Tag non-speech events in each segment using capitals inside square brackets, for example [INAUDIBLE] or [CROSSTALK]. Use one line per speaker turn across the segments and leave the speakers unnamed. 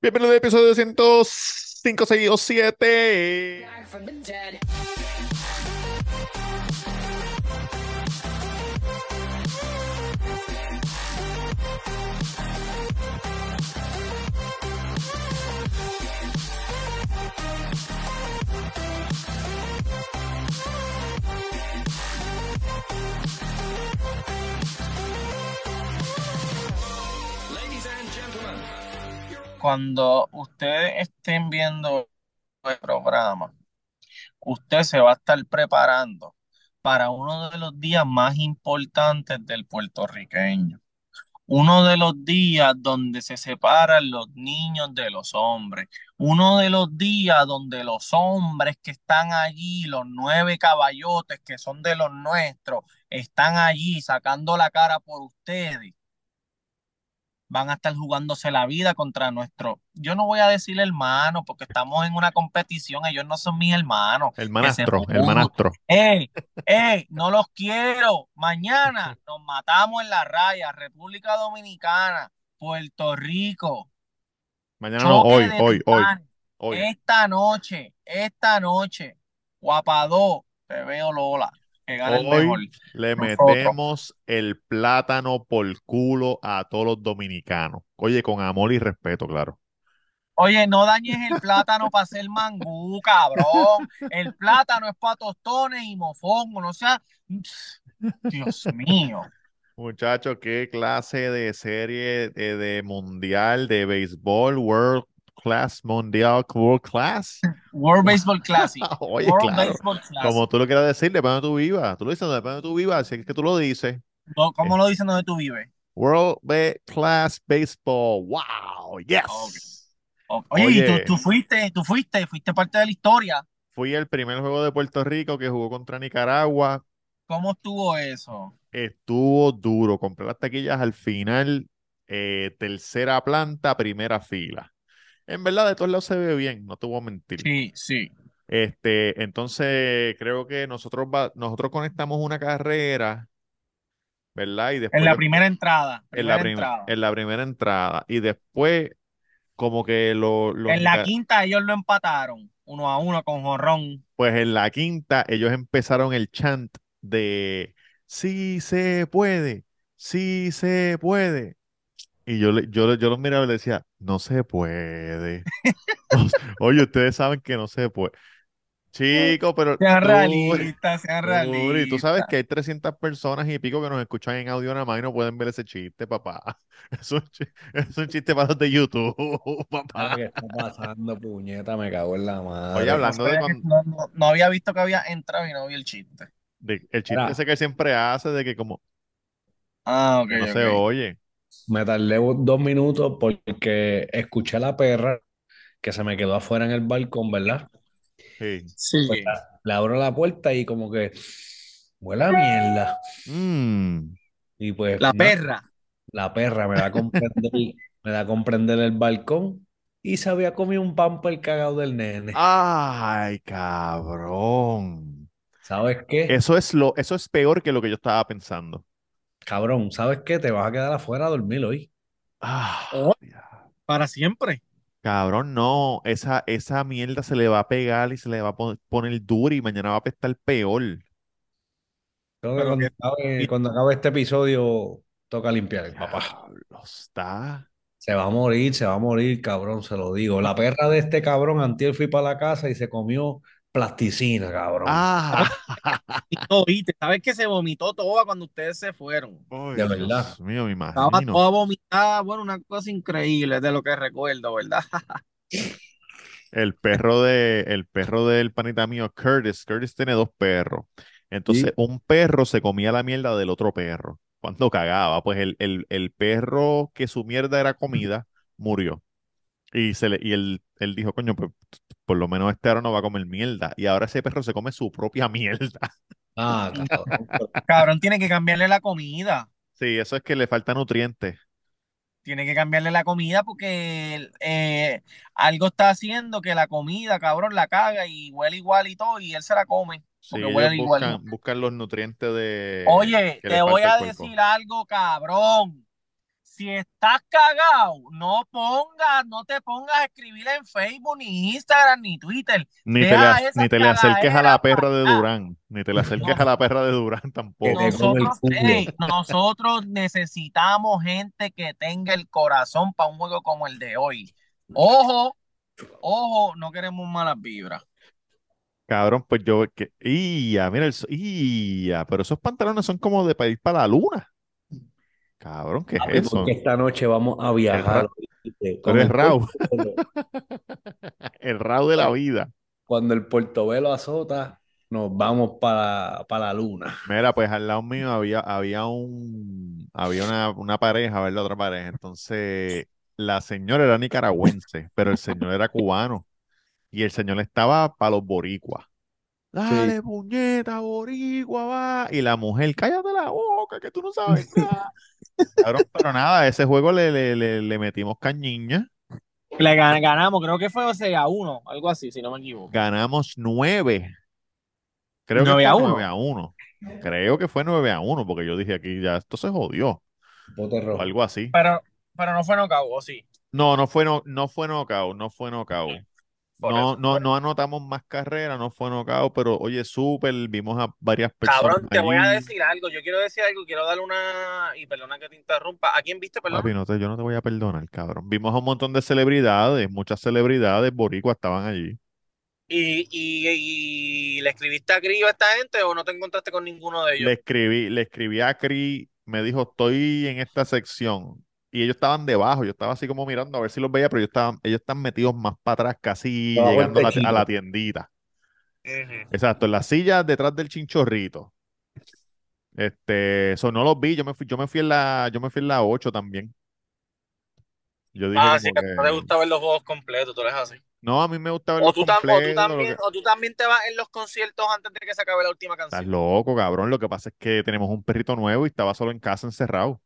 Bienvenido al episodio 205, 6 o 7.
from the dead.
cuando ustedes estén viendo el programa, usted se va a estar preparando para uno de los días más importantes del puertorriqueño. Uno de los días donde se separan los niños de los hombres. Uno de los días donde los hombres que están allí, los nueve caballotes que son de los nuestros, están allí sacando la cara por ustedes van a estar jugándose la vida contra nuestro. Yo no voy a decir hermano, porque estamos en una competición, ellos no son mis hermanos.
El manastro,
Que se
el manastro.
¡Ey! ¡Ey! No los quiero. Mañana
[LAUGHS]
nos matamos en la raya, República Dominicana, Puerto Rico.
Mañana no,
Choque
hoy,
de
hoy, hoy,
titanes.
hoy.
Esta noche, esta noche, Guapadó, te veo Lola, que gana el
Hoy-
mejor.
Le
nosotros.
metemos el plátano por culo a todos los dominicanos. Oye, con amor y respeto, claro.
Oye, no dañes el plátano para hacer mangú, cabrón. El plátano es para tostones y mofongo, no sea. Dios mío.
Muchachos, qué clase de serie eh, de mundial de béisbol, World Class, Mundial, World
[LAUGHS]
Class. [LAUGHS]
World Baseball Classic.
Oye,
World
claro.
Baseball Classic.
Como tú lo quieras decir, depende de tu viva. Tú lo dices, depende de tu viva. Así es que tú lo dices.
No,
eh.
¿Cómo lo dicen donde tú vives?
World Be- Class Baseball. ¡Wow! ¡Yes!
O- Oye, ¿y tú,
Oye.
tú fuiste, tú fuiste, fuiste parte de la historia.
Fui el primer juego de Puerto Rico que jugó contra Nicaragua.
¿Cómo estuvo eso?
Estuvo duro. Compré las taquillas al final, eh, tercera planta, primera fila. En verdad, de todos lados se ve bien, no te voy a mentir.
Sí, sí.
Este, entonces, creo que nosotros, va- nosotros conectamos una carrera, ¿verdad? Y después
En la
Pues yo-
primera entrada.
en la,
primera
prim-
entrada.
en la primera entrada. Y después, como que lo, los
En la
nica-
quinta ellos lo empataron, uno a uno con Jorrón.
pues en la quinta, ellos empezaron el chant de sí se puede, sí se puede. Y yo, le- yo, le- yo los miraba y le decía, no se puede. [LAUGHS] Oye, ustedes saben que no se puede. Chico, pero
Eh, Sean
tú-
realistas, sean
Uri, tú sabes
realistas.
que hay 300 personas y pico que nos escuchan en audio nada más y no pueden ver ese chiste, papá. [LAUGHS] Es un chiste, es un chiste para los de YouTube, [LAUGHS]
Ah,
papá.
[LAUGHS]
¿Qué está pasando, puñeta? Me cago en la madre.
Oye, hablando de, cuando-
No, no- no había visto que había entrado y no vi el chiste.
de- el chiste
Mira.
ese que siempre hace de que como
Ah, ok,
que no
ok.
se oye.
Me tardé un- dos minutos porque escuché a la perra que se me quedó afuera en el balcón, ¿verdad?
Sí.
Sí.
Pues la- le abro la puerta y como que huele a mierda.
Mm,
Y pues
La
no,
perra.
la perra me da
[LAUGHS]
a comprender, me da a comprender el balcón y se había comido un pamper cagado del nene.
Ah.
Ay, cabrón.
¿Sabes qué?
Eh. Eso es lo, eso es peor que lo que yo estaba pensando.
Cabrón, ¿sabes qué? Te vas a quedar afuera a dormir hoy.
Ah,
Oh.
ya.
Para siempre.
Cabrón, no, esa, esa mierda se le va a pegar y se le va a pon- poner dura y mañana va a apestar peor.
Creo que
Pero
cuando
que-
acabe, cuando acabe este episodio toca limpiar
Ah,
el papá.
Diablo, está.
Se va a morir, se va a morir, cabrón, se lo digo. La perra de este cabrón, antier fui para la casa y se comió plasticina, cabrón.
Ah,
Y todo, ¿viste? ¿Sabes que se vomitó toda cuando ustedes se fueron?
Ay,
De
Dios
verdad.
mío, me
Estaba
imagino.
toda vomitada, bueno, una cosa increíble de lo que recuerdo, ¿verdad?
El perro de, el perro del panita mío, Curtis. Curtis tiene dos perros. Entonces,
Sí.
un perro se comía la mierda del otro perro. Cuando cagaba, pues el, el, el perro que su mierda era comida murió. Y, se le, y él, él dijo, coño, pues, por lo menos este ahora no va a comer mierda. Y ahora ese perro se come su propia [LAUGHS] mierda.
Ah, cabrón.
Cabrón, tiene que cambiarle la comida.
Sí, eso es que le falta nutrientes.
Tiene que cambiarle la comida porque eh, algo está haciendo que la comida, cabrón, la caga y huele igual y todo, y él se la come.
Sí,
Porque
ellos
huele igual.
buscan, buscan los nutrientes de
Oye,
que Eh, le
te
falta
voy
al
a
cuerpo.
decir algo, cabrón. si estás cagado, no pongas, no te pongas a escribir en Facebook, ni Instagram, ni Twitter.
Ni te, le,
Deja
ac-
esa
ni te le acerques a la
cagadera
perra de
para acá.
Durán, ni te le acerques a la perra de
[LAUGHS]
Durán tampoco.
te come el
Nosotros,
culo.
ey, nosotros necesitamos gente que tenga el corazón para un juego como el de hoy. Ojo, ojo, no queremos malas vibras.
Cabrón, pues yo que ¡Ia! Mira el so- ¡Ia! Pero esos pantalones son como de país para la luna. Cabrón, ¿qué es
Papi,
eso?
porque esta noche vamos a
ra-
viajar. ¿oíste?
Tú eres
Como
Raúl.
Portobelo.
[LAUGHS] El rabo de la vida.
Cuando el portobelo azota, nos vamos para, para la luna.
Mira, pues al lado mío había, había un había una, una pareja, ver la otra pareja. Entonces, la señora era nicaragüense, pero el señor era cubano. Y el señor estaba para los boricuas. Dale, puñeta, boricua, va. Y la mujer, cállate la boca, que tú no sabes
[LAUGHS]
nada. Cabrón, pero nada, ese juego le, le, le, le metimos cañiña.
Le gan- ganamos, creo que fue 6 a 1, algo así, si no me equivoco.
Ganamos nueve. Creo que
Nueve a
fue
uno.
nueve a uno. Creo que fue nueve a uno, porque yo dije aquí ya esto se jodió.
Bote
O
rojo.
algo así.
Pero, pero no fue knockout, ¿o sí?
No, no fue, no, no fue knockout, no fue knockout.
Por
No,
eso.
no, no anotamos más carreras, no fue knockout, pero oye, súper, vimos a varias personas
Cabrón, te voy a
allí.
decir algo. Yo quiero decir algo, quiero darle una. Y perdona que te interrumpa. ¿A quién viste, perdón?
Papi, no te, yo no te voy a perdonar, cabrón. Vimos a un montón de celebridades, muchas celebridades boricuas estaban allí.
¿Y, y, y le escribiste a Cris o a esta gente o no te encontraste con ninguno de
Le
ellos?
escribí, le escribí a Cris, me dijo, estoy en esta sección. Y ellos estaban debajo, yo estaba así como mirando a ver si los veía, pero ellos estaban, ellos están metidos más para atrás, casi
Debajo del
llegando a la, a
techito.
la tiendita.
Ujú.
Exacto, en las sillas detrás del chinchorrito. Este, eso no los vi, yo me fui, yo me fui en la, yo me fui en la 8 también. Yo dije
Ah, sí,
como
que no te
que,
gusta ver los juegos completos, tú eres así.
no, a mí me gusta ver
O
los
tú, tam- o, tú
completos, lo que-
también, o tú también te vas en los conciertos antes de que se acabe la última
Estás
canción.
loco, cabrón. Lo que pasa es que tenemos un perrito nuevo y estaba solo en casa encerrado.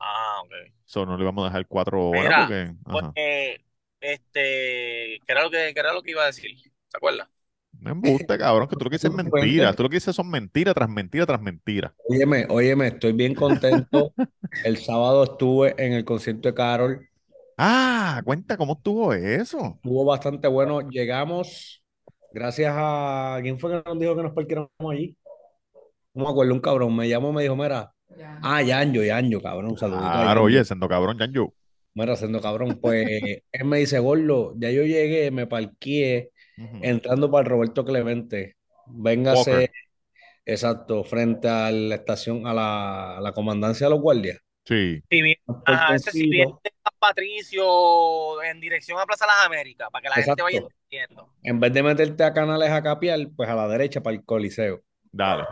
Ah, ok.
Eso no le íbamos a dejar cuatro horas
Mira,
porque.
pues,
Ajá.
eh, este, ¿qué era lo que, qué era lo que iba a decir? ¿Te acuerdas?
No embuste, cabrón, que tú lo que dices es mentira. Tú lo que dices son mentiras tras mentira tras mentira.
Óyeme, óyeme, estoy bien contento. El sábado estuve en el concierto de Carol.
Ah, cuenta cómo estuvo eso.
Estuvo bastante bueno. Llegamos gracias a... ¿Quién fue que nos dijo que nos parquieramos allí? No me acuerdo, un cabrón me llamó, me dijo, mira, ah, Yanjo, Yanjo, cabrón, saludito a
Claro, oye,
Yanjo.
siendo cabrón, Yanjo.
Mira, siendo cabrón, pues [LAUGHS] él me dice, gordo, ya yo llegué, me parqué,
Ujú.
entrando para el Roberto Clemente.
Walker.
Véngase, exacto, frente a la estación, a la, a la comandancia de los guardias.
Sí.
Si vi-
Un
ajá, ese si viene
portoncito,
a Patricio en dirección a Plaza Las Américas, para que la gente vaya
exacto.
entendiendo.
En vez de meterte a canales a capiar, pues a la derecha para el Coliseo.
Dale.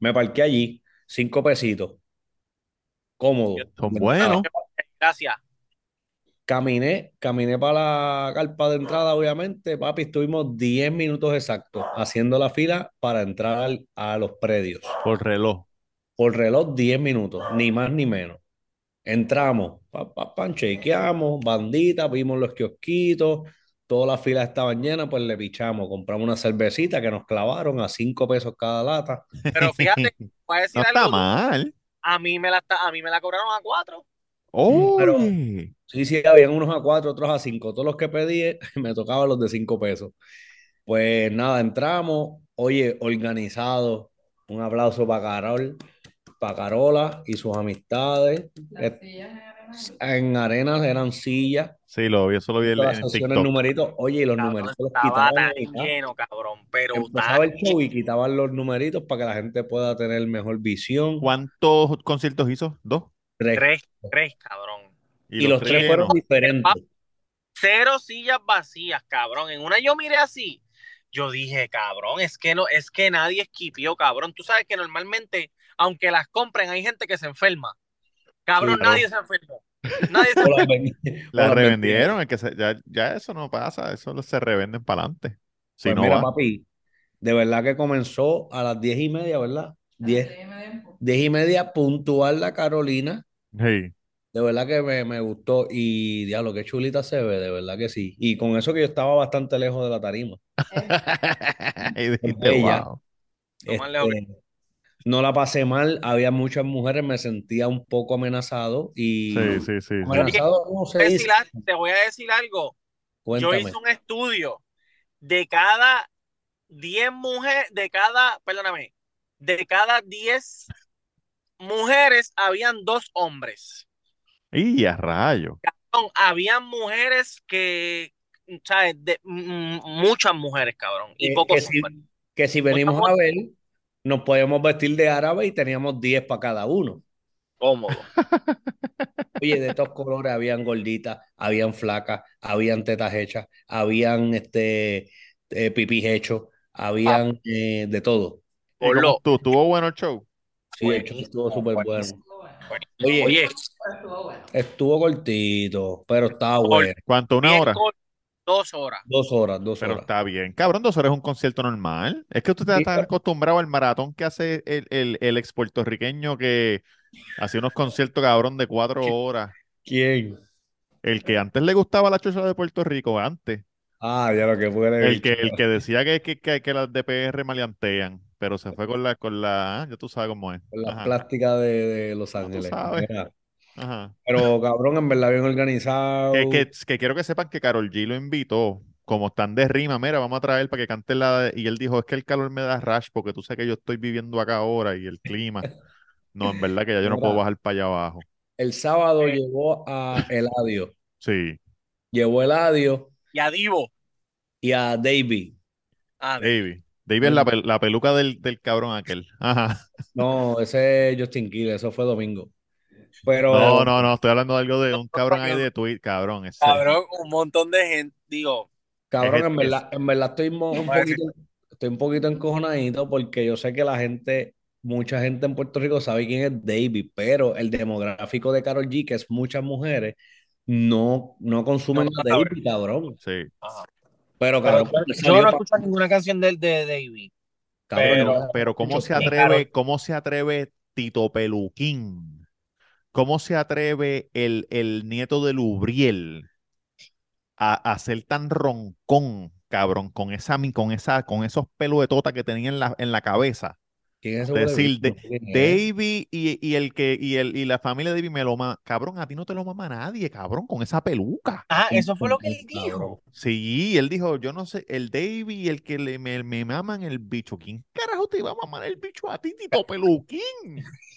Me parqué allí, cinco pesitos,
Yo-
cómodo.
Son
de
buenos.
entrada.
Gracias.
Caminé, caminé para la carpa de entrada, obviamente, papi, estuvimos 10 minutos exactos haciendo la fila para entrar al- a los predios.
Por reloj.
Por reloj, 10 minutos, ni más ni menos. Entramos, pa, pa, pan, chequeamos, bandita, vimos los kiosquitos, todas las filas estaban llenas, pues le pichamos, compramos una cervecita que nos clavaron a 5 pesos cada lata.
[LAUGHS]
Pero fíjate, voy a
No
decir
está
algo duro.
mal.
A mí me la, está- a mí me la cobraron a cuatro.
Pero
Oye.
sí, sí, habían unos a 4, otros a 5, todos los que pedí eh, [LAUGHS] me tocaban los de 5 pesos. Pues nada, entramos, oye, organizado, un aplauso para Carol, para Carola y sus amistades. Eh, en arenas eran sillas,
Sí, lo vi, eso lo vi en,
las
en
sesiones
TikTok.
numeritos, oye, y los
Cabrón,
numeritos los
estaba
quitaban
tan
a mitad.
lleno, cabrón, pero tan
Empezaba el
lleno.
show y quitaban los numeritos para que la gente pueda tener mejor visión.
¿Cuántos conciertos hizo? Dos.
Tres.
Tres, tres, cabrón.
Y
Y
los
los
tres
tres fueron
llenos.
diferentes.
Cero sillas vacías, cabrón. En una yo miré así. Yo dije, cabrón, es que no, es que nadie esquipió, cabrón. Tú sabes que normalmente, aunque las compren, hay gente que se enferma. Cabrón,
Claro.
nadie se enfermó. Nadie
[LAUGHS]
se
O las ven- o
La
las vendieron.
revendieron, es que se- ya, ya eso no pasa, eso lo- se revenden para adelante. Si
Pues
no
mira,
va,
papi, de verdad que comenzó a las diez y media, ¿verdad? Diez. Diez y media puntual la Carolina. [LAUGHS]
Sí.
De verdad que me, me gustó y diablo, qué chulita se ve, de verdad que sí. Y con eso que yo estaba bastante lejos de la tarima.
Y
Es
dijiste,
bella.
wow.
Lo más lejos
Este, No la pasé mal, había muchas mujeres, me sentía un poco amenazado y
Sí, sí, sí. sí.
amenazado, ¿cómo
Te
se
voy a
dice?
decir al- te voy a decir algo.
Cuéntame.
Yo hice un estudio de cada 10 mujeres, de cada, perdóname, de cada 10 mujeres habían dos hombres.
Y a rayo.
No, habían mujeres que, ¿sabes? De- mm, muchas mujeres, cabrón, y
Que-
Eh,
pocos
que sí.
hombres.
que si venimos
Otra
a ver, nos podíamos vestir de árabe y teníamos 10 para cada uno.
Cómodo.
Oye, de todos colores habían gorditas, habían flacas, habían tetas hechas, habían este eh, pipis hechos,
Ah.
habían eh, de todo.
¿Y cómo
Olo.
estuvo? ¿Estuvo bueno el show?
Sí, de hecho, estuvo súper bueno. Oye,
Oye,
estuvo cortito, pero estaba bueno.
¿Cuánto? ¿Una
diez
hora?
con dos horas.
Dos horas, dos
Pero
horas.
está bien. Cabrón, dos horas es un concierto normal. Es que usted está
Sí,
está
pero-
acostumbrado al maratón que hace el, el, el ex puertorriqueño que hace unos conciertos, cabrón, de cuatro horas.
¿Quién?
El que antes le gustaba la choza de Puerto Rico, antes.
Ah, ya lo que puede.
El que, el que decía que, que, que, que las DPR maleantean, pero se fue con la, con la, ah, ya tú sabes cómo es.
Con las
Ajá, Ah,
plásticas de, de Los
tú
Ángeles.
sabes.
Mira,
ajá.
Pero cabrón, en verdad bien organizado.
Que, que- que quiero que sepan que Carol G lo invitó. Como están de rima, mira, vamos a traer para que cante la. de-". Y él dijo: Es que el calor me da rash porque tú sabes que yo estoy viviendo acá ahora y el clima. No, en verdad que [LAUGHS] ya yo no puedo
Mira.
bajar para allá abajo.
El sábado llevó a Eladio,
Sí,
llevó a Eladio
Y a Divo.
y a Davey.
Ah,
Davey. Davey es la, pel- la peluca del, del cabrón aquel. Ajá.
No, ese es Justin Quiles, eso fue domingo. Pero
No, no, no, estoy hablando de algo de un cabrón ahí de Twitter. Cabrón, ese.
cabrón, un montón de gente. Digo,
Cabrón,
Es-
en verdad, en verdad estoy mo- un
Vamos a decir-
poquito, estoy un poquito encojonadito porque yo sé que la gente, mucha gente en Puerto Rico sabe quién es Davey, pero el demográfico de Karol G, que es muchas mujeres, no, no consumen
No
a
sabe.
Davey, cabrón.
Sí.
pero
Pero cabrón,
yo,
él
yo
salió
no
pa-
escucho ninguna canción del de David.
cabrón,
Pero,
él-
pero ¿cómo
mucho
se
tiempo.
atreve, cómo se atreve Tito Peluquín? ¿Cómo se atreve el, el nieto de Lubriel a, a ser tan roncón, cabrón, con esa, mi- con esa, con esos pelos de tota que tenía en la, en la cabeza?
¿Quién
Es
es ese
decir, de-
huele bicho? ¿Quién es?
Davey y, y el que, y el, y la familia de Davey me lo mama. Cabrón, a ti no te lo mama nadie, cabrón, con esa peluca.
Ah, eso fue lo que él
Cabrón.
dijo.
Sí, él dijo, yo no sé, el Davey y el que le, me, me maman el bicho. ¿Quién carajo te va a mamar el bicho a ti, Tito Peluquín?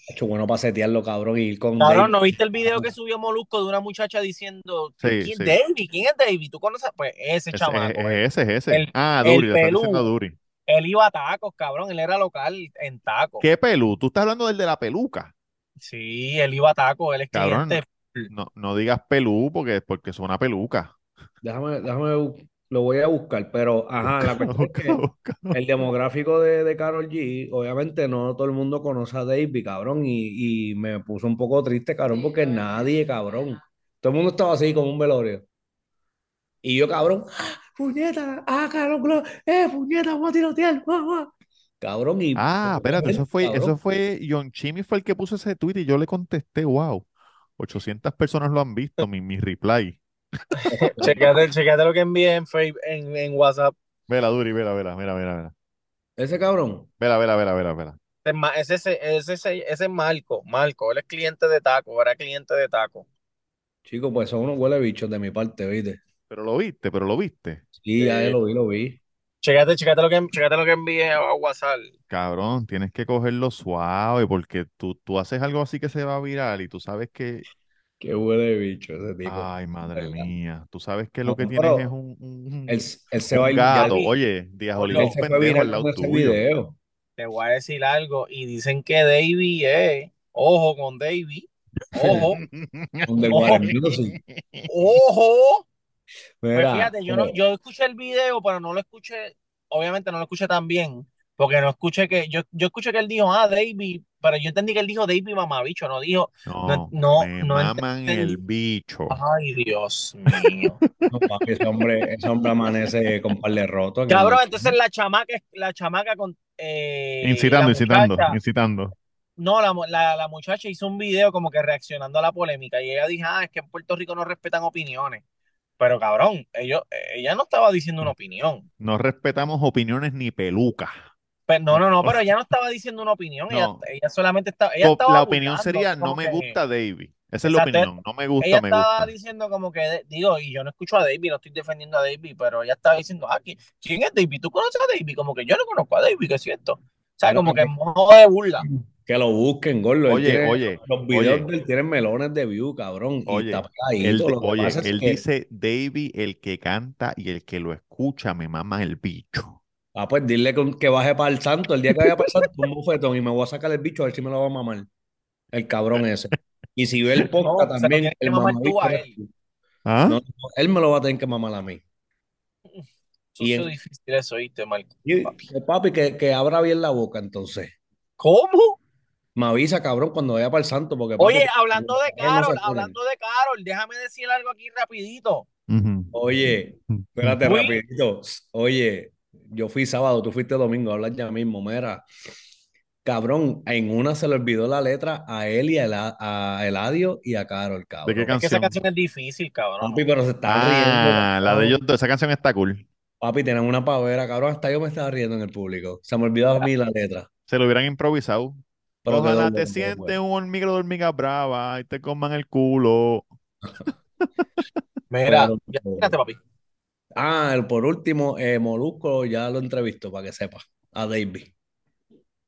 Hecho bueno para setearlo, cabrón, y ir con
Cabrón,
Davey.
¿no viste el video que subió Molusco de una muchacha diciendo
Sí,
¿Quién
sí.
es Davey? ¿Quién es Davey? ¿Tú conoces? Pues ese
Ese,
chamaco.
es-
eh.
es ese, es ese.
El-
ah,
el
Duri, le están diciendo a
pelú.
Duri.
Él iba a tacos, cabrón. Él era local en tacos.
¿Qué pelú? Tú estás hablando del de la peluca.
Sí, él iba a tacos. Él este es
Cabrón.
cliente.
No, no digas pelú porque, porque suena a peluca.
[LAUGHS] Déjame, déjame, bu- lo voy a buscar, pero ajá,
[LAUGHS]
la cuestión Pues es
Busca,
que
busca.
el demográfico de, de Karol G, obviamente no todo el mundo conoce a Davey, cabrón, y, y me puso un poco triste, cabrón, porque nadie, cabrón. Todo el mundo estaba así como un velorio. Y yo, cabrón, ¡ah, puñeta, ah, cabrón, clo- eh, puñeta, vamos a tirotear, guau, guau". Cabrón,
[LAUGHS]
y pues,
Ah, espérate, eso fue,
cabrón, pues.
eso fue, John Chimmy fue el que puso ese tweet y yo le contesté, wow, 800 personas lo han visto, mi, mi reply.
Checate, checate lo que envié en, Facebook, en, en WhatsApp.
Vela, Duri, vela, vela, vela, vela, vela.
ese cabrón,
Vela, vela, vela, vela, vela.
Ese es Ma- Ese es ese, ese- ese es Marco. Marco, él es cliente de taco. Era cliente de taco.
chico, pues son unos huele bichos de mi parte, ¿viste?
Pero lo viste, pero lo viste.
Sí, ya
Sí.
lo vi, lo vi.
Checate, checate lo que, checate lo que envié a WhatsApp.
Cabrón, tienes que cogerlo suave porque tú, tú haces algo así que se va a viral y tú sabes que,
Qué huele bicho ese tipo.
Ay, madre
¿verdad?
mía. Tú sabes que lo
No,
que tienes
pero
es un, un- un-
Él, él se
un
va a ir
gato.
Gaby,
Oye, Díaz
Pablo,
Oliva es
él
un
se fue
pendejo
viral
al lado
con ese
tuyo.
video.
Te voy a decir algo. Y dicen que Davey es. Ojo con Davey.
[LAUGHS]
Ojo,
Donde
Ojo.
guarnió, sí.
ojo. Pues
Mira,
fíjate, yo, no,
pero-
yo escuché el video, pero no lo escuché. Obviamente no lo escuché tan bien. Porque no escuché que. Yo, yo escuché que él dijo, ah, Davey. Pero yo entendí que él dijo Davey mamabicho. [LAUGHS] No dijo.
No,
no,
Oh, me
no
maman el
entendí.
bicho.
Ay, Dios
[LAUGHS]
mío.
no, papi, ese hombre, ese hombre amanece con par de rotos. en el-
Cabrón, entonces la chamaca, la chamaca con. eh,
Incitando,
la
incitando,
muchacha-
incitando.
No, la, mu- la, la muchacha hizo un video como que reaccionando a la polémica y ella dijo, ah, es que en Puerto Rico no respetan opiniones. Pero cabrón, ellos, ella no estaba diciendo una opinión.
No respetamos opiniones ni peluca.
Pero no, no, no, pero ella no estaba diciendo una opinión, ella,
No.
ella solamente estaba, ella
O-
estaba
la opinión
abusando,
sería, no
como
me
que-
gusta Davey. Esa es la
Exacto.
opinión, no me gusta,
Ella
me
estaba
gusta.
diciendo como que, de- digo, y yo no escucho a Davey, no estoy defendiendo a Davey, pero ella estaba diciendo, ah, ¿qui- ¿quién es Davey? ¿Tú conoces a Davey? Como que yo no conozco a Davey, ¿qué es cierto? O sea,
Bueno,
como que
que-
en modo de burla.
Que lo busquen, gordo. Él
Oye,
tiene-
oye,
Los videos
oye.
de él tienen melones de view, cabrón. y
Oye,
está pegadito.
Él,
Lo que
oye,
pasa es
él
que-
dice, Davey, el que canta y el que lo escucha, me mama el bicho.
Ah, pues dile que, que baje para el santo. El día que vaya para el santo, un bofetón y me voy a sacar el bicho a ver si me lo va a mamar. El cabrón ese. Y si ve el
No,
podcast
se lo
también,
tienes que
el
mamar tú
mamabicho
a
eres
él.
tú.
¿Ah?
No, no, él me lo va a tener que mamar a mí.
Eso
Y
es
en-
difícil eso, ¿viste, Marco?
Y-
Papi.
que papi, que, que abra bien la boca entonces.
¿Cómo?
Me avisa, cabrón, cuando vaya para el santo, porque papi,
Oye, ah, hablando de
los padres no
Carol,
se curan.
hablando de Carol, déjame decir algo aquí rapidito.
Ujú.
Oye, espérate
Fui-
rapidito. Oye, yo fui sábado, tú fuiste domingo, hablas ya mismo, mira. Cabrón, en una se le olvidó la letra a él y a, Ela- a Eladio y a Carol,
¿De qué
Es
cabrón.
que esa
canción?
canción es difícil, cabrón.
Papi, pero se está
Ah,
riendo.
la de
cabrón.
ellos, dos, esa canción está cool.
Papi, tenemos una pavera, cabrón. Hasta yo me estaba riendo en el público. Se me olvidó a mí la letra.
Se lo hubieran improvisado.
Pero
Ojalá
quedó
te
bueno,
sientes
pues.
un hormiguero de hormiga brava y te coman el culo.
Mira,
Pero-
ya terminaste, papi.
Ah, el- por último, eh, Molusco ya lo entrevistó para que sepa. A David.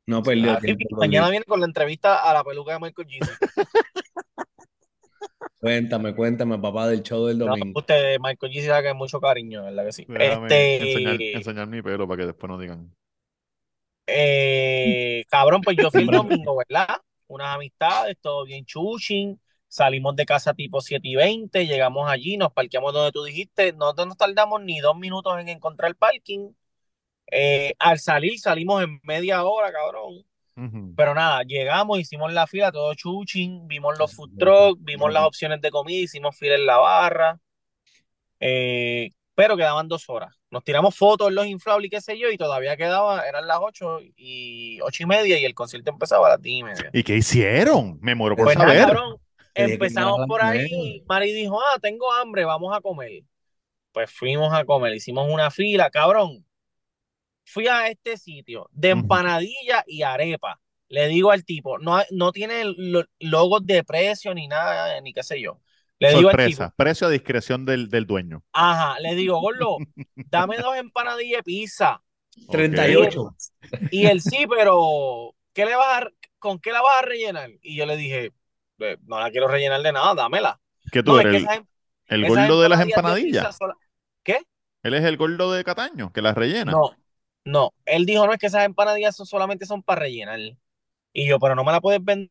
No perdió
Ah,
tiempo con
mañana
Luis.
viene con la entrevista a la peluca de Michael Jesus.
Cuéntame, cuéntame, papá, del show del
No,
domingo.
usted, Michael Jesus, saca mucho cariño, ¿verdad que sí?
Déjame enseñar,
este,
enseñar mi pelo para que después no digan.
eh, cabrón, pues yo fui el
Hombre.
domingo, ¿verdad? Unas amistades, todo bien chuching. Salimos de casa tipo 7 y 20, llegamos allí, nos parqueamos donde tú dijiste. Nosotros no tardamos ni dos minutos en encontrar el parking. Eh, al salir, salimos en media hora, cabrón.
Ujú.
Pero nada, llegamos, hicimos la fila, todo chuching, vimos los food trucks, vimos las opciones de comida, hicimos fila en la barra, eh, pero quedaban dos horas. Nos tiramos fotos en los inflables y qué sé yo, y todavía quedaba, eran las ocho y ocho y media, y el concierto empezaba a las diez y media.
¿Y qué hicieron? Me muero por
Pues nada,
saber.
cabrón,
Te dije que
empezamos
fueras a
por
las
ahí,
nueve.
Mari dijo, ah, tengo hambre, vamos a comer. Pues fuimos a comer, hicimos una fila, cabrón. Fui a este sitio de
Ujú.
empanadilla y arepa. Le digo al tipo, no, hay- no tiene lo- logos de precio ni nada, ni qué sé yo. Le digo al tipo,
Sorpresa, precio a discreción del, del dueño.
ajá, le digo, Gordo, dame dos empanadillas de pizza.
38.
Y él sí, pero ¿qué le vas a re- ¿con qué la vas a rellenar? Y yo le dije, "Eh, no la quiero rellenar de nada, dámela.
Ok. ¿Qué tú
No, es
eres?
que
El,
esas, em-
el
esas
gordo de las
empanadillas de pizza
empanadillas.
sola- ¿Qué?
Él es el gordo de Cataño, que las rellena. [LAUGHS]
No, no. Él dijo, no, es que esas empanadillas son- solamente son para rellenar. Y yo, pero no me la puedes vender.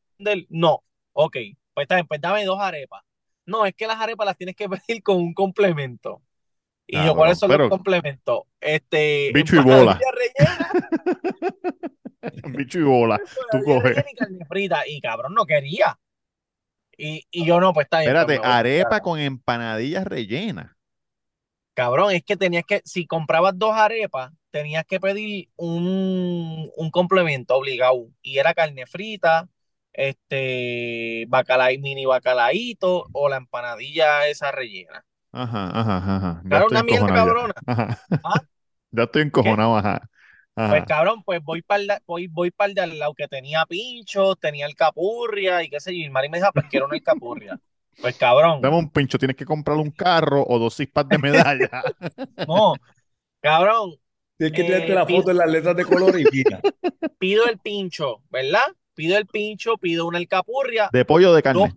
No, ok, pues está bien, pues dame dos arepas. No, es que las arepas las tienes que [LAUGHS] pedir con un complemento. Y yo,
Cabrón,
¿cuáles son los
Ah, pero-
complementos? Este,
Bicho y bola.
empanadilla
[LAUGHS]
rellena,
Bicho y bola. Tú
empanadilla
coges.
rellena y carne frita. Y cabrón, no quería. Y, y yo, no, pues está bien. pues
Espérate,
me voy.
arepa con empanadillas rellenas.
Cabrón, es que tenías que, si comprabas dos arepas, tenías que pedir un, un complemento obligado. Y era carne frita, este, bacalao, mini bacalaíto o la empanadilla esa rellena.
Ajá, ajá, ajá. Ya
Claro,
estoy
una mierda
encojonado. ya.
cabrona.
Ajá.
¿Ah?
Ya estoy encojonado, ajá.
Pues
Ajá.
cabrón, pues voy para voy, voy para el de al lado que tenía pincho, tenía alcapurria y qué sé yo. Y el Mari me dijo, pues quiero una alcapurria. Pues cabrón,
Dame un pincho, tienes que comprar un carro o dos six de
[LAUGHS]
medalla.
no, cabrón,
Tienes que tirarte
Eh,
la
pin-
foto en las letras de color y mira.
pido el pincho, ¿verdad? Pido el pincho, pido una alcapurria
De pollo o de
dos
carne.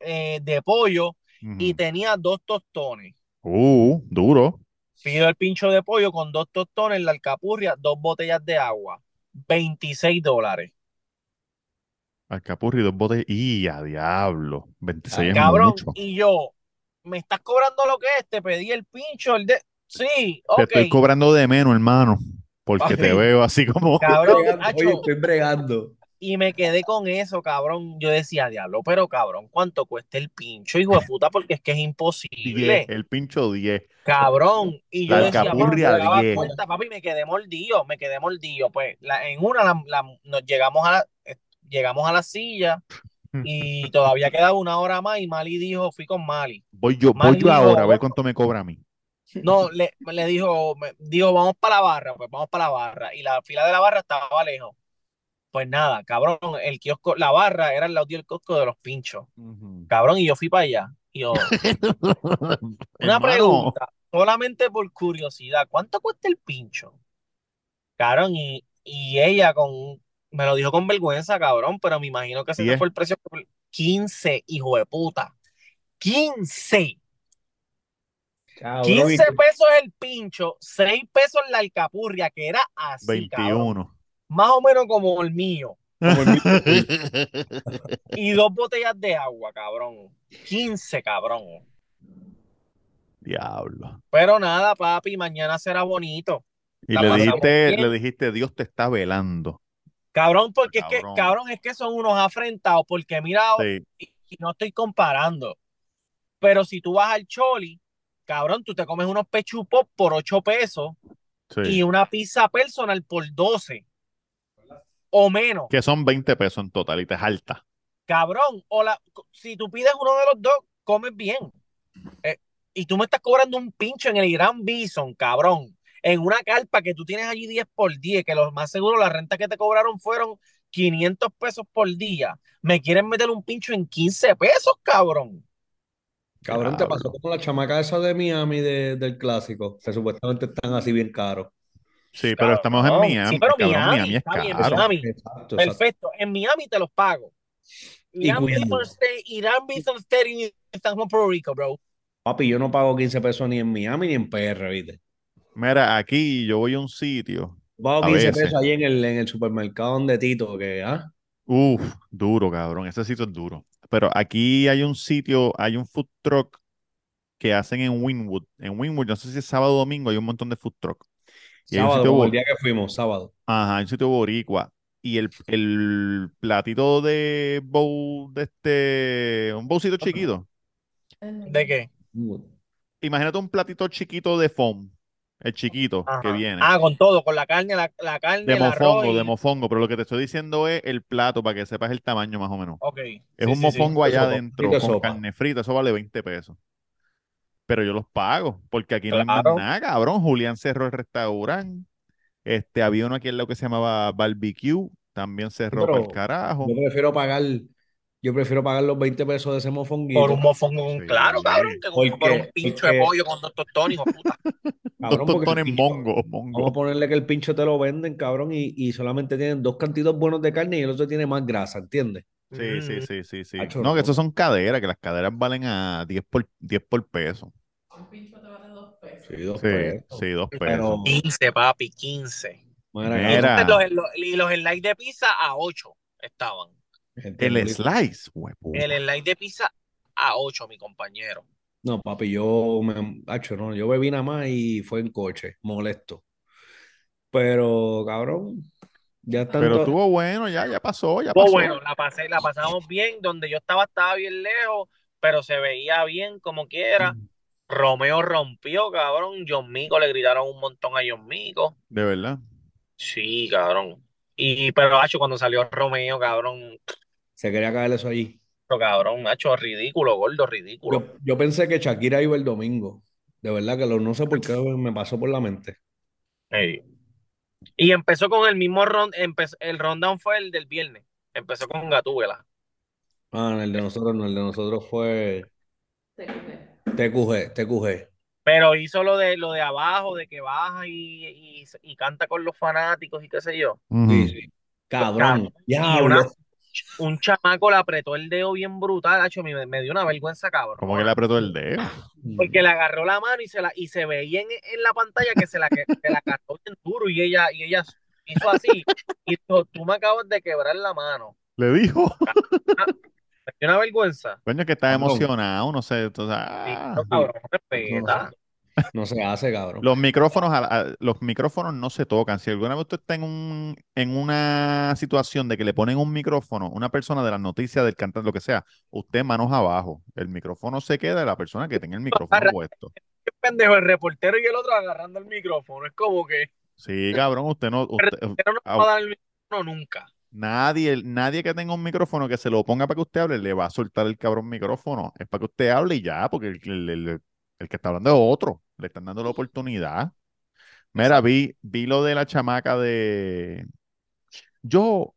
eh, de pollo y
Ujú.
tenía dos tostones.
Uh, duro.
Pido el pincho de pollo con dos tostones, la alcapurria, dos botellas de agua. 26 dólares.
Alcapurri, dos botes. ¡Y a diablo! 26 es
Cabrón,
mucho.
y yo, ¿me estás cobrando lo que es? Te pedí el pincho, el de... Sí,
Te
ok.
estoy cobrando de menos, hermano. Porque te
Papi.
veo así
[LAUGHS]
como. [LAUGHS]
Cabrón,
Bregando, Oye,
hacho,
estoy bregando.
y me quedé con eso, cabrón. Yo decía, diablo, pero cabrón, ¿cuánto cuesta el pincho, hijo de puta? Porque es que es
10,
imposible.
el pincho 10.
Cabrón, y yo
La
decía, papi,
alcapurria
me daba
10.
cuenta, papi, me quedé mordido, me quedé mordido. Pues la- en una la- la- nos llegamos a la, eh, llegamos a la silla y todavía quedaba una hora más y Mali dijo, fui con Mali.
Voy yo, voy
Mali
yo
dijo,
ahora a ver
"Gordo,
cuánto me cobra a mí.
No, le, le dijo, me- dijo, vamos para la barra, pues vamos para la barra. Y la fila de la barra estaba lejos. Pues nada, cabrón, el kiosco, la barra era el lado del kiosco de los pinchos. Cabrón, y yo fui para allá. Y yo, una
[LAUGHS] Hermano,
pregunta, solamente por curiosidad, ¿cuánto cuesta el pincho? Cabrón, y, y ella con, me lo dijo con vergüenza, cabrón, pero me imagino que ese
Diez.
fue el precio. 15, hijo de puta. 15.
Cabrón,
15
y-
pesos el pincho, 6 pesos la alcapurria, que era así, cabrón.
21.
Más o menos como el mío.
como el mismo-
[LAUGHS] Y dos botellas de agua, cabrón. 15, cabrón.
Diablo.
Pero nada, papi, mañana será bonito.
Y
La
le
pasamos
dijiste,
bien.
le dijiste, Dios te está velando.
Cabrón, porque es
Cabrón.
que, cabrón, es que son unos afrentados, porque mira,
Sí.
y y no estoy comparando. Pero si tú vas al Choli, cabrón, tú te comes unos pechupos por 8 pesos
Sí.
y una pizza personal por 12 o menos.
Que son 20 pesos en total y te jalta.
Cabrón, o la- si tú pides uno de los dos, comes bien. Eh, y tú me estás cobrando un pincho en el Gran Bison, cabrón. En una carpa que tú tienes allí 10 por 10, que los más seguros, las rentas que te cobraron fueron 500 pesos por día. Me quieren meter un pincho en 15 pesos, cabrón.
Cabrón, te pasó
Diablo.
como la chamaca esa de Miami de- del clásico, que supuestamente están así bien caros.
Sí, pero estamos en
Cabrón,
Miami.
sí, pero
cabrón, Miami,
Miami,
es
está bien,
caro.
Miami.
Exacto, exacto.
Perfecto. En Miami te los pago. Irán
cuidado.
Bison State, Irán Bison State y San Juan Puerto Rico, bro.
Papi, yo no pago 15 pesos ni en Miami ni en PR, ¿viste?
Mira, aquí yo voy a un sitio.
Pago
A
15
veces.
pesos ahí en el, en el supermercado donde Tito, que, ah,
Uf, duro, cabrón. Ese sitio es duro. Pero aquí hay un sitio, hay un food truck que hacen en Winwood. En Winwood, no sé si es sábado o domingo, hay un montón de food truck. Y hay un
sábado,
sitio
como el
bo-
día que fuimos, sábado.
Ajá, un sitio boricua. Y el, el platito de bowl, de este, un bowlcito chiquito.
¿De qué?
Imagínate un platito chiquito de foam, el chiquito que
Ajá.
viene.
Ah, con todo, con la carne, la, la carne,
de
el arroz.
mofongo,
y-
de mofongo. Pero lo que te estoy diciendo es el plato para que sepas el tamaño más o menos.
Ok.
Es
Sí,
un
sí, sí.
mofongo allá
Sopa,
adentro
frito
con
de sopa.
carne frita, eso vale 20 pesos. Pero yo los pago, porque aquí no hay más
Claro.
nada, cabrón. Julián cerró el restaurante. Este, había uno aquí en lo que se llamaba Barbecue, también cerró para el
pero
carajo.
Yo prefiero pagar, yo prefiero pagar los 20 pesos de ese mofonguito.
Por un mofongo, con-
Sí.
claro, cabrón, que con-
Porque-
por un pincho de
porque-
pollo con dos tostones, hijo de
[LAUGHS]
puta.
Dos
cabrón, porque el
tostones
pincho-
mongo, mongo.
Vamos a ponerle que el pincho te lo venden, cabrón, y, y solamente tienen dos cantitos buenos de carne y el otro tiene más grasa, ¿entiendes?
Sí, sí,
Mm.
sí, sí, sí.
Hacho,
No, que
no.
esas son caderas, que las caderas valen a 10 por, 10 por peso.
Sí, dos
Sí,
pesos.
sí, dos pesos.
Pero,
15, papi, 15.
mira,
Mira,
cabrón,
Entonces, los, los- y los slides de pizza a 8 estaban.
entiendo,
El slice, hueputa.
El slide de pizza a 8, mi compañero.
No, papi, yo me, hacho, no, yo bebí nada más y fue en coche, molesto. Pero, cabrón, ya
Pero
tanto.
estuvo bueno, ya, ya pasó, ya
Estuvo
pasó.
bueno, la pasé, la pasamos bien. Donde yo estaba, estaba bien lejos, pero se veía bien como quiera.
Mm.
Romeo rompió, cabrón. John Mico le gritaron un montón a John Mico.
De verdad.
Sí, cabrón. Y pero Hacho, cuando salió Romeo, cabrón,
Se quería caer eso allí.
pero, cabrón, Hacho, ridículo, gordo, ridículo.
Yo, yo pensé que Shakira iba el domingo. De verdad que lo, no sé por qué me pasó por la mente.
Ey. Y empezó con el mismo round, empezó, el rundown fue el del viernes. Empezó con Gatúbela.
Ah, el de nosotros no, el de nosotros fue TQG, TQG.
Pero hizo lo de lo de abajo, de que baja y, y- y canta con los fanáticos y qué sé yo.
Sí, sí. Cabrón,
Y una-
diablo.
un chamaco le apretó el dedo bien brutal, Hacho, me, me dio una vergüenza, cabrón.
Como que le apretó el dedo.
Porque le agarró la mano y se la y se veía en, en la pantalla que se la, que, se la agarró bien duro y ella, y ella hizo así. Y dijo, tú me acabas de quebrar la mano.
Le dijo. [LAUGHS]
Me dio una vergüenza.
Coño, que está
Cabrón.
emocionado, no sé. entonces,
Y
ah.
yo, cabrón, respeta.
No se hace, cabrón.
Los micrófonos, a la- a- los micrófonos no se tocan. Si alguna vez usted está en, un, en una situación de que le ponen un micrófono, una persona de las noticias, del cantante, lo que sea, usted manos abajo. El micrófono se queda de la persona que tenga el micrófono
Agarra-
puesto.
Qué pendejo, el reportero y el otro agarrando el micrófono. Es como que
Sí, cabrón, usted no, usted,
pero no
Ah,
va a dar el micrófono nunca.
nadie, nadie que tenga un micrófono que se lo ponga para que usted hable, le va a soltar el cabrón micrófono. Es para que usted hable y ya, porque el- el- el- El que está hablando es otro. Le están dando la oportunidad. Mira, vi, vi lo de la chamaca de. Yo,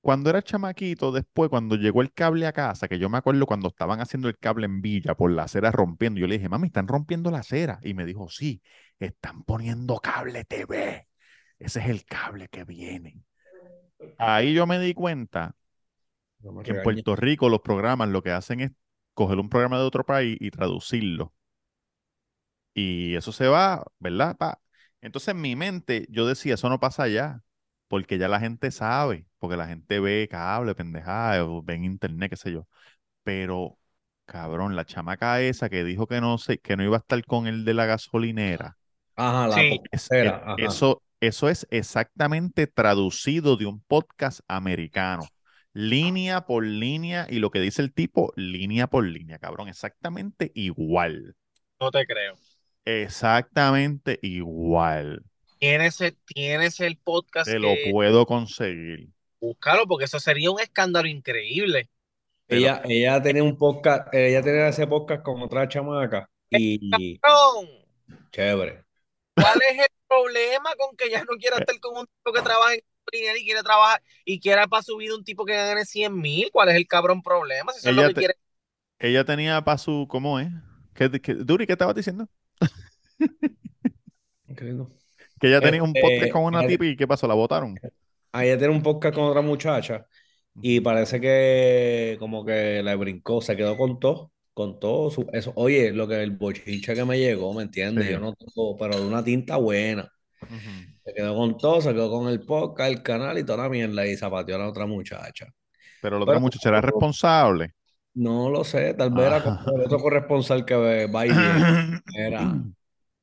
cuando era chamaquito, después, cuando llegó el cable a casa, que yo me acuerdo cuando estaban haciendo el cable en Villa por la acera rompiendo, yo le dije, mami, están rompiendo la acera. Y me dijo, sí, están poniendo cable TV. Ese es el cable que viene. Ahí yo me di cuenta
No me
que en
regañes.
Puerto Rico los programas lo que hacen es coger un programa de otro país y traducirlo. Y eso se va, ¿verdad? Pa? Entonces en mi mente yo decía, eso no pasa allá, porque ya la gente sabe, porque la gente ve cable, pendejada, o ve en internet, qué sé yo. Pero, cabrón, la chamaca esa que dijo que no, se, que no iba a estar con el de la gasolinera.
Ajá, la
Sí.
Es-
Era,
e-
ajá.
eso, eso es exactamente traducido de un podcast americano. Línea por línea, y lo que dice el tipo, línea por línea, cabrón. Exactamente igual.
No te creo.
Exactamente igual.
Tienes el, tienes el podcast
Te
que
lo puedo conseguir.
búscalo, porque eso sería un escándalo increíble.
Ella, ella tenía un podcast, ella tenía ese podcast con otra chamaca y
¡Cabrón!
chévere.
¿Cuál es el problema con que ya no
Eh.
quiera estar con un tipo que trabaja en línea y quiere trabajar y quiera para subir un tipo que gane 100 mil? ¿Cuál es el cabrón problema? Si eso es lo
Ella
que
te-
quiere.
Ella tenía para su, ¿cómo es? ¿Qué, qué- Duri, ¿qué estabas diciendo?
Increíble.
Que ella tenía un
Este,
podcast con una
eh,
tipa y ¿qué pasó? ¿La
[LAUGHS]
votaron?
Ah, Ella tiene un podcast con otra muchacha y parece que como que le brincó, se quedó con todo, con todo su- eso. Oye, lo que el bochincha que me llegó, ¿me entiendes?
Sí.
Yo no tengo, pero de una tinta buena.
Ujú.
Se quedó con todo, se quedó con el podcast, el canal y toda la mierda y zapateó a la otra muchacha.
Pero la otra
Pero-
muchacha era responsable.
No lo sé, tal vez era
Ah.
como el otro corresponsal que va
[CLEARS THROAT]
y viene. Era,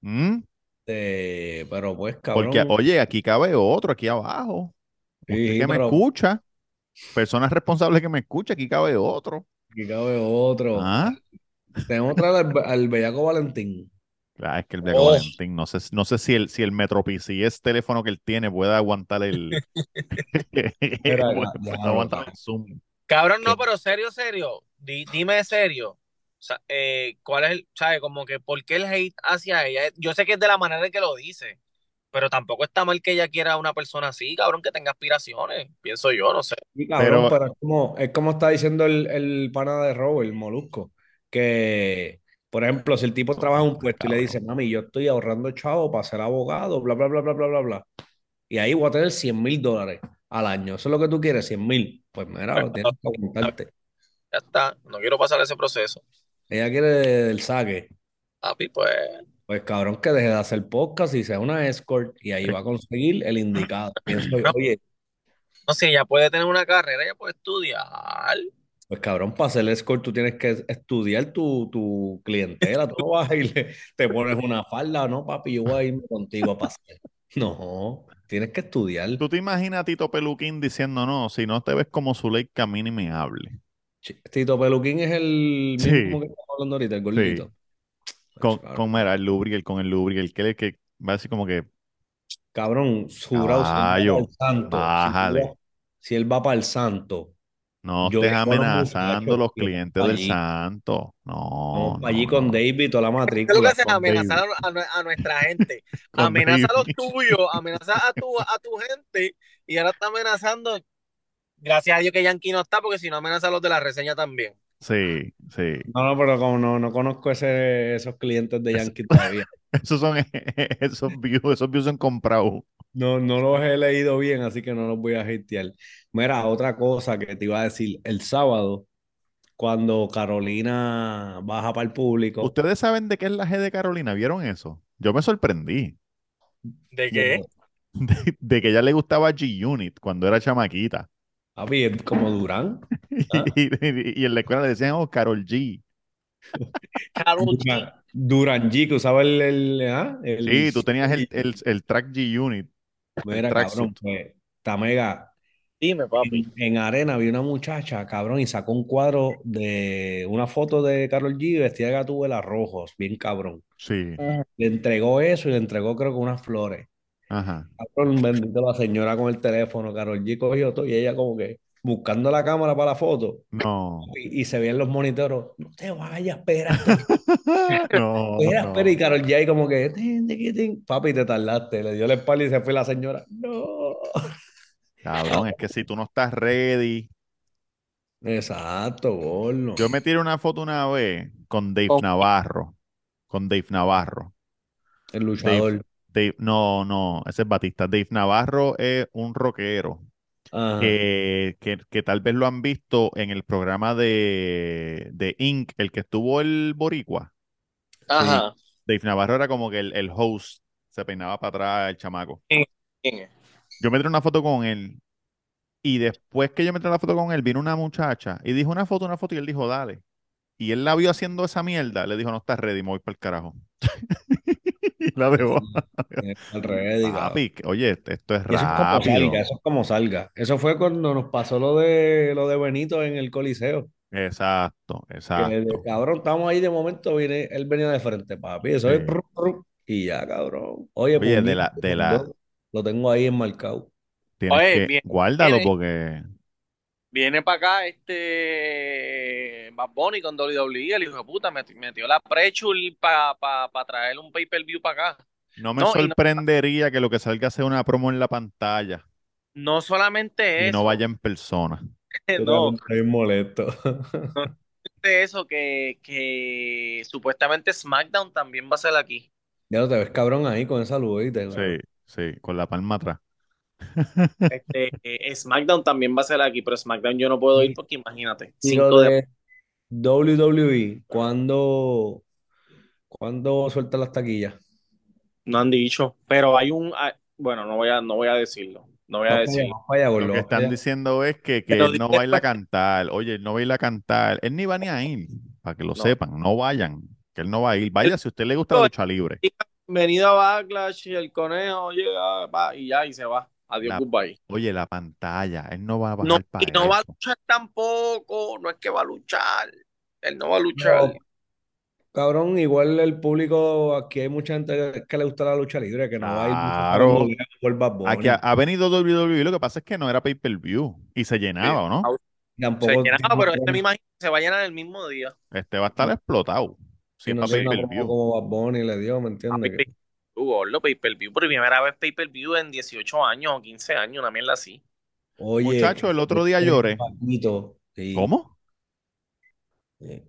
¿Mm?
este, pero pues,
Porque,
cabrón.
oye, aquí cabe otro, aquí abajo. Usted
Sí,
que me
pero-
escucha, personas responsables que me escucha, aquí cabe otro.
Aquí cabe otro.
Ah,
Tenemos otra al, al bellaco Valentín.
claro, es que el Black
Oh.
Valentín, no sé, no sé si el, si el Metropi, si ese teléfono que él tiene pueda aguantar
[LAUGHS]
el. [LAUGHS]
Era-
pueda- pueda
ya,
aguantar
ya.
el Zoom.
Cabrón, no,
¿Qué?
pero serio, serio. Di- dime serio. O sea, eh, ¿cuál es el, sabe, como que por qué el hate hacia ella? Yo sé que es de la manera en que lo dice, pero tampoco está mal que ella quiera a una persona así, cabrón, que tenga aspiraciones, pienso yo, no sé.
Sí, cabrón,
Pero-
pero es como, es como está diciendo el, el pana de Robert, el molusco, que, por ejemplo, si el
Oh,
tipo trabaja en un puesto y le dice, mami, yo estoy ahorrando chavo para ser abogado, bla, bla, bla, bla, bla, bla, bla, y ahí voy a tener 100 mil dólares al año, eso es lo que tú quieres, 100 mil, pues mira, tienes
[LAUGHS]
que aguantarte.
Ya está, no quiero pasar ese proceso.
Ella quiere el saque,
Papi, pues,
pues cabrón, que deje de hacer podcast y sea una escort, y ahí va a conseguir el
[CLEARS THROAT]
indicado. Pienso yo, oye,
no sé, ella puede tener una carrera, ella puede estudiar.
Pues cabrón, para hacer el score tú tienes que estudiar tu, tu clientela, tú no vas y le- te pones una falda, no, papi, yo voy a irme contigo a pasar. No, tienes que estudiar.
¿Tú te imaginas a Tito Peluquín diciendo no? Si no te ves como Zuleika, camina y me hable.
Ch- Tito Peluquín es el
Sí.
mismo que estamos hablando ahorita, el gordito.
Con,
Cabrón,
con mira, el Lubriel, con el Lubriel, que le que va a decir como que
Cabrón, jurado, si él
Caballo,
va para el santo, si él
bájale.
va, si él va para el santo,
no
yo
estés
dejo a los
amenazando
muchachos
los
y vamos
clientes
pa'
del
allí.
santo. No,
Vamos
no,
para allí
no.
con David y toda la
¿Qué es lo que
matrícula.
haces?
con
Amenazar a, a nue- a nuestra gente.
Con
Amenaza a los
David.
tuyos, amenaza a tu, a tu gente y ahora está amenazando. Gracias a Dios que Yankee no está, porque si no amenaza a los de la reseña también.
[LAUGHS] Sí, sí.
No, no, pero como no, no conozco ese, esos clientes de Yankee todavía.
Esos son [LAUGHS] esos views, esos views son comprados.
No, no los he leído bien, así que no los voy a hatear. Mira, otra cosa que te iba a decir, el sábado, cuando Carolina baja para el público,
Ustedes saben de qué es la G de Carolina, ¿vieron eso? Yo me sorprendí [LAUGHS]
¿De qué?
de, de que ya le gustaba G-Unit cuando era chamaquita. [LAUGHS]
papi, es como Durán. ¿Ah?
Y, y- y en la escuela le decían, oh, Carol G.
Karol G.
Durán, Durán G, que usaba el, el, ¿ah? El-
Sí, tú tenías el, el- el track G-Unit.
Mira, cabrón,
tracksuit.
pues, está mega.
Dime, papi.
En, en Arena había una muchacha, cabrón, y sacó un cuadro de una foto de Carol G vestida de Gatúbela rojos, bien cabrón.
Sí,
Le entregó eso y le entregó, creo que unas flores.
ajá.
Cabrón, bendito la señora con el teléfono, Carol G cogió todo y ella como que, buscando la cámara para la foto
No,
[LAUGHS] y, y se veían los monitores. No te vayas,
[LAUGHS]
espera.
no,
Espera,
no.
espera, y Carol J como que, tin, tiqui, tin. papi, te tardaste, le dio la espalda y se fue la señora. No.
Cabrón, es que si tú no estás ready.
Exacto, gordo.
Yo me tiré una foto una vez con Dave
Con-
Navarro. Con Dave Navarro.
El luchador.
Dave, no, no, ese es Batista. Dave Navarro es un rockero
Ajá. [LAUGHS]
que, que- que tal vez lo han visto en el programa de, de Inc., el que estuvo el Boricua.
Ajá.
Dave Navarro era como que el, el host, se peinaba para atrás el chamaco.
¿Quién es?
Yo me tiré una foto con él y después que yo me tiré la foto con él, vino una muchacha y dijo una foto, una foto y él dijo, dale. Y él la vio haciendo esa mierda, le dijo, no estás ready, me voy para el carajo. [LAUGHS] Y la dejó.
Al revés, digo.
Papi, que- oye, este- esto es
Y Eso es como
rápido.
salga, eso es como salga. Eso fue cuando nos pasó lo de lo de Benito en el Coliseo.
Exacto,
Que,
exacto.
cabrón, estábamos ahí de momento, viene, él venía de frente, papi. Eso es
Sí.
ru, ru, y ya, cabrón. Oye,
Oye, de
puñito,
la- de la-
lo tengo ahí enmarcado.
Tienes
Oye,
que
bien,
guárdalo
viene.
porque
Viene para acá este Bad Bunny con WWE, el hijo de puta, meti- metió la prechul para pa, pa traer un pay-per-view para acá.
no me
No, y no-
sorprendería que lo que salga sea una promo en la pantalla
No solamente
y
eso,
no vaya en persona.
Yo
Eh, no,
también estoy molesto. [LAUGHS]
solamente eso que, que supuestamente SmackDown también va a ser aquí.
Ya no te ves cabrón ahí con esa luz, ¿viste?
Sí, sí, con la palma atrás.
Este, eh, SmackDown también va a ser aquí, pero SmackDown yo no puedo ir porque imagínate,
Y lo
cinco de-
de WWE, ¿cuándo, cuándo suelta las taquillas?
no han dicho, pero hay un ah, bueno, no voy a no voy a decirlo, no voy a
Vamos para allá,
decirlo.
vamos para allá,
Lo
gordo,
que
vamos para
están
allá.
diciendo es que, que
Pero
él no
dice-
va a ir a cantar. Oye, él no va a ir a cantar. Él ni va ni a ir, para que lo
No.
sepan. No vayan, que él no va a ir. Vaya, si a usted le gusta la lucha libre.
Bienvenido a Backlash, el conejo llega, va, y ya, y se va. Adiós,
La-
goodbye.
Oye, la pantalla. Él no va a
No,
bajar
y
para
no va a
eso.
luchar tampoco, no es que va a luchar, él no va a
No,
luchar.
cabrón, igual el público, aquí hay mucha gente que le gusta la lucha libre, que no va a ir
Claro.
mucho por Bad Bunny.
Aquí ha, ha venido WWE, lo que pasa es que no era pay-per-view y se llenaba, ¿o no?
Se
Tampoco
llenaba, pero este me imagino que se va a llenar el mismo día.
Este va a estar explotado. Si
si
es
no
para
soy una promo
pay-per-view.
como Bad Bunny le dio, ¿me entiendes? Que-
Uh, gordo, pay-per-view, por primera vez pay-per-view en 18 años o 15 años, una mierda así.
Oye,
Muchacho,
que-
el otro día lloré.
Paquito, sí,
¿Cómo?
sí.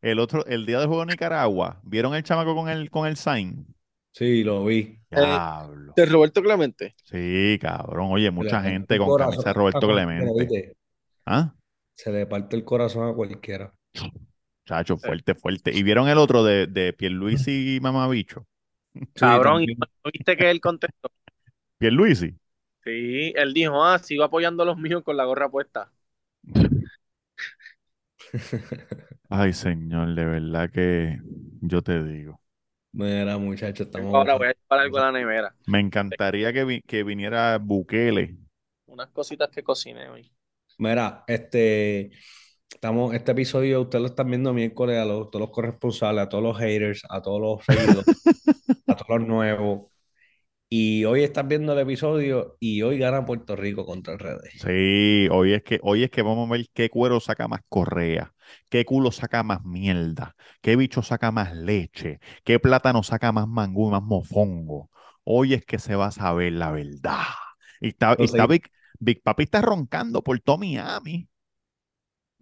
El otro, el día del juego de Nicaragua, ¿vieron el chamaco con el con el sign?
Sí, lo vi.
Diablo.
De Roberto Clemente.
Sí, cabrón. Oye,
Se le
mucha
parte el
gente con
corazón
camisa de
a
Roberto
cualquiera,
Clemente.
¿viste?
¿Ah?
Se le parte el corazón a cualquiera. [LAUGHS]
Chacho, fuerte, fuerte. ¿Y vieron el otro de, de Pierluisi y Mamabicho?
Sí,
Cabrón,
también.
¿y no viste que él contestó?
¿Pierluisi?
Sí, él dijo, ah, sigo apoyando a los míos con la gorra puesta.
Ay, señor, de verdad que yo te digo.
Mira, muchacho, estamos
Ahora voy a llevar algo a la nevera.
Me encantaría que, vi- que viniera Bukele.
Unas cositas que cociné hoy.
Mira, este, estamos, este episodio ustedes lo están viendo miércoles a los, todos los corresponsales, a todos los haters, a todos
[LAUGHS]
los seguidores, a todos los nuevos. Y hoy estás viendo el episodio y hoy gana Puerto Rico contra el RD.
Sí, hoy es que, hoy es que vamos a ver qué cuero saca más correa, qué culo saca más mierda, qué bicho saca más leche, qué plátano saca más mangú y más mofongo. Hoy es que se va a saber la verdad. Y está, y
Entonces-
está Big, Big Papi está roncando por todo Miami.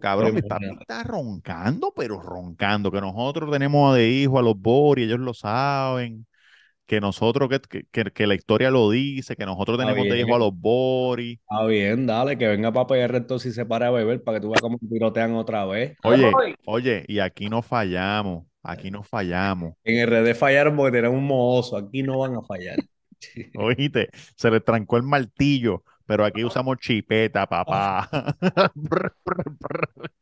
Cabrón,
Pero
Big Papi
imagínate.
está roncando, pero roncando, que nosotros tenemos de hijo a los Bori, ellos lo saben. Que nosotros, que, que- que- que la historia lo dice, que nosotros
Está
tenemos de
bien.
hijo a los Bori.
Está Ah, bien, dale, que venga para PR entonces y se pare a beber para que tú veas cómo tirotean otra vez.
Oye,
Ay.
oye, y aquí no fallamos, aquí no fallamos. [LAUGHS]
En RD fallaron porque tenían un mohoso, aquí no van a fallar.
Oíste, se le trancó el martillo, pero aquí usamos chipeta, papá. [LAUGHS] Brr, brr, brr.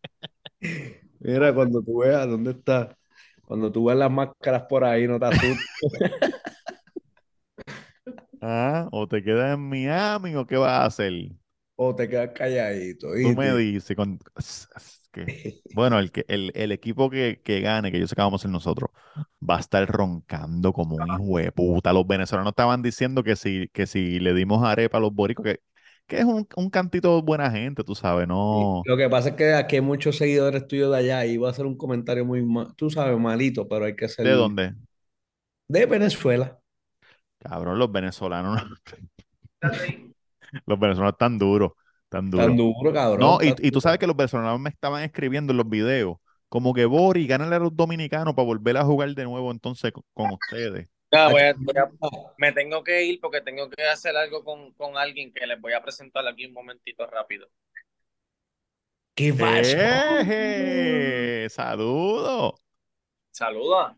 Mira, cuando tú veas dónde está, cuando tú veas las máscaras por ahí, no te asustes.
Ah, O te quedas en Miami o qué vas a hacer.
O te quedas calladito,
Tú me
¿oíste?
dices. con- es- es que- Bueno, el, que, el, el equipo que, que gane, que yo sé que vamos a ser nosotros, va a estar roncando como un hijo de puta. Los venezolanos estaban diciendo que si, que si le dimos arepa a los boricos, que, que es un, un cantito de buena gente, tú sabes, no.
Lo que pasa es que aquí hay muchos seguidores tuyos de allá y voy a hacer un comentario muy, ma- tú sabes, malito, pero hay que ser
¿De dónde?
De Venezuela.
Cabrón, los venezolanos. [LAUGHS] Los venezolanos están duros, tan duros.
Tan duro, cabrón.
No, y,
tan
y tú
duro.
sabes que los venezolanos me estaban escribiendo en los videos, como que Bori, gánale a los dominicanos para volver a jugar de nuevo entonces con, con [LAUGHS] ustedes.
Ya, voy a- voy a- me tengo que ir porque tengo que hacer algo con, con alguien que les voy a presentar aquí un momentito rápido.
¿Qué pasó?
¿Eh? ¡Eje! ¡Saludos!
[LAUGHS]
Saluda.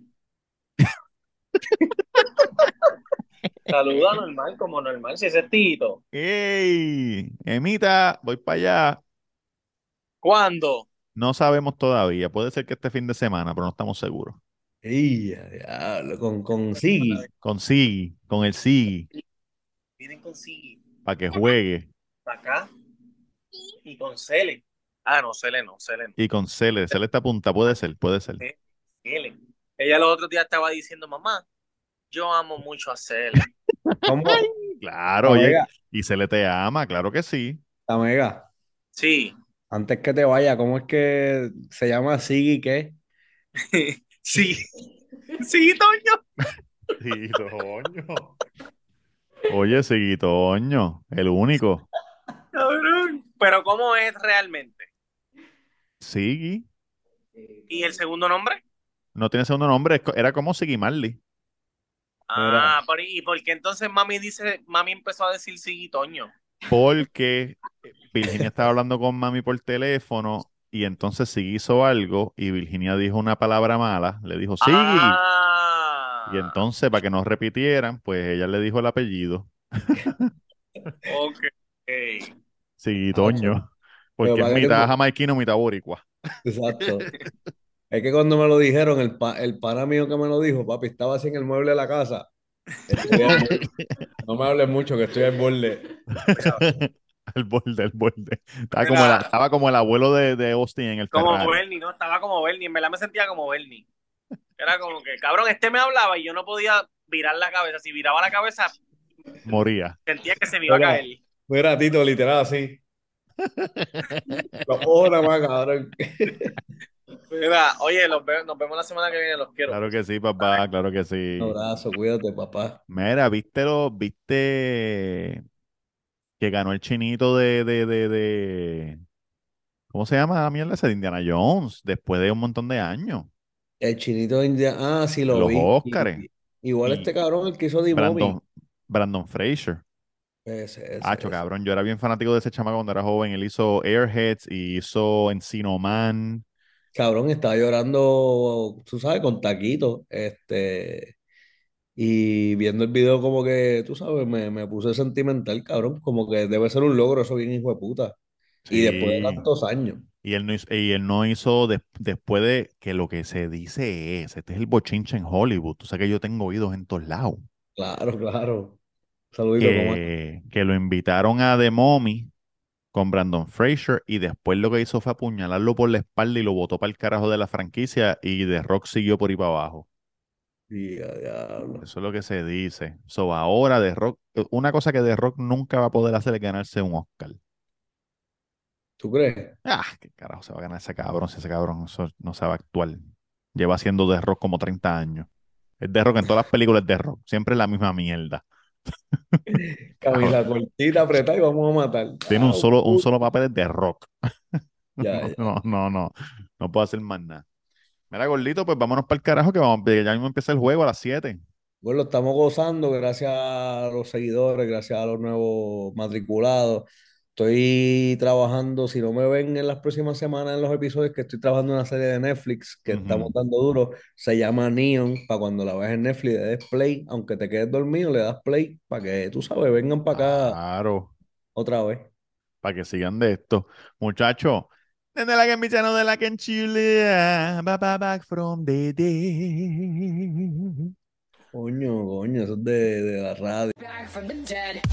Saluda normal, como normal, si ese es Tito.
¡Ey! Emita, voy para allá.
¿Cuándo?
No sabemos todavía. Puede ser que este fin de semana, pero no estamos seguros.
Ey, a diablo, con, con Siggy.
Con Sigi, con el Sigi,
Miren con Sigui,
para que juegue.
para acá. Y con Cele. Ah, no, Cele no, Cele no.
Y con Cele, Cele está punta, puede ser, puede ser.
Cele. Ella los otros días estaba diciendo, mamá, yo amo mucho a Cele.
¿Cómo?
Claro, oye,
Omega,
y Cele te ama, claro que sí.
Omega,
Sí.
antes que te vaya, ¿cómo es que se llama Siggy qué?
[LAUGHS] [LAUGHS] Sí. Sí, Toño.
Sí, Toño. Oye, sí, Toño, el único.
Cabrón. Pero ¿cómo es realmente?
Sigui.
¿Y el segundo nombre?
No tiene segundo nombre, es co- era como Sigui Marley.
Ah, por- ¿y por qué entonces mami dice, mami empezó a decir sí, Toño?
Porque Virginia estaba hablando con mami por teléfono y entonces Sigui hizo algo y Virginia dijo una palabra mala, le dijo Sigui.
Ah,
Y entonces, para que no repitieran, pues ella le dijo el apellido,
ok.
Sigui Toño. Porque
Pero
es
para que
mitad
tengo-
jamaiquino, mitad boricua.
Exacto. Es que cuando me lo dijeron, el, pa- el pana mío que me lo dijo, papi, estaba así en el mueble de la casa. Estoy al borde. No me hables mucho, que estoy al borde.
[LAUGHS] El borde, el borde. Estaba como,
Mira.
el- estaba como el abuelo de, de Austin en el
Como
Ferrari.
Bernie, ¿no? Estaba como Bernie, en verdad me sentía como Bernie. Era como que, cabrón, este me hablaba y yo no podía virar la cabeza. Si viraba la cabeza,
Moría.
sentía que se me iba a
Mira.
caer.
Mira, Tito,
[LAUGHS]
literal, así. Los ojos nada más, cabrón.
Mira, oye, los veo- nos vemos la semana que viene, los quiero.
Claro que sí, papá, claro que sí.
Un abrazo, cuídate, papá.
Mira, viste lo, viste que ganó el chinito de, de, de, de- ¿cómo se llama la mierda esa? De Indiana Jones, después de un montón de años.
El chinito de India. Ah, sí, lo
Los
vi.
Óscares.
Igual
Y-
este cabrón, el que hizo The Mummy.
Brandon, Brandon Fraser.
Ese, ese,
Hacho,
ese.
cabrón, yo era bien fanático de ese chamaco cuando era joven. Él hizo Airheads y hizo Encino Man.
Cabrón, estaba llorando, tú sabes, con taquitos, este, y viendo el video como que, tú sabes, me, me puse sentimental, cabrón, como que debe ser un logro eso bien hijo de puta. Y después de
Sí.
tantos años.
Y él no hizo, y él no hizo des- después de que lo que se dice es, este es el bochinche en Hollywood. Tú sabes que yo tengo oídos en todos lados.
Claro, claro. Saludito, como
que, que lo invitaron a The Mommy con Brandon Fraser y después lo que hizo fue apuñalarlo por la espalda y lo botó para el carajo de la franquicia y The Rock siguió por ahí para abajo.
diablo.
Eso es lo que se dice. So, ahora The Rock, una cosa que The Rock nunca va a poder hacer es ganarse un Oscar.
¿Tú crees?
Ah, qué carajo se va a ganar ese cabrón, si ese cabrón eso no sabe actuar. Lleva haciendo The Rock como 30 años. Es The Rock en todas las películas es The Rock, siempre es la misma mierda.
Camisa cortita, apretada y vamos a matar.
Tiene un
Ah,
solo, un
puta.
solo papel de rock. [LAUGHS]
Ya, ya.
No, no, no. No puedo hacer más nada. Mira, gordito, pues vámonos para el carajo que vamos, ya mismo empieza el juego a las 7.
Bueno, Pues lo estamos gozando gracias a los seguidores, gracias a los nuevos matriculados. Estoy trabajando, si no me ven en las próximas semanas en los episodios, que estoy trabajando en una serie de Netflix que
Ujú.
estamos dando duro. Se llama Neon, para cuando la veas en Netflix, le des play, aunque te quedes dormido, le das play, para que tú sabes, vengan para
Ah.
acá
Claro,
otra vez.
para que sigan de esto. Muchachos, desde la que en mi channel, de la que en Chile, ah, ba- ba- back from the dead.
Coño, coño, eso es de, de la radio.
back from the dead.